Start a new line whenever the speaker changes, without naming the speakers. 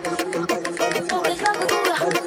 Porque es la cultura.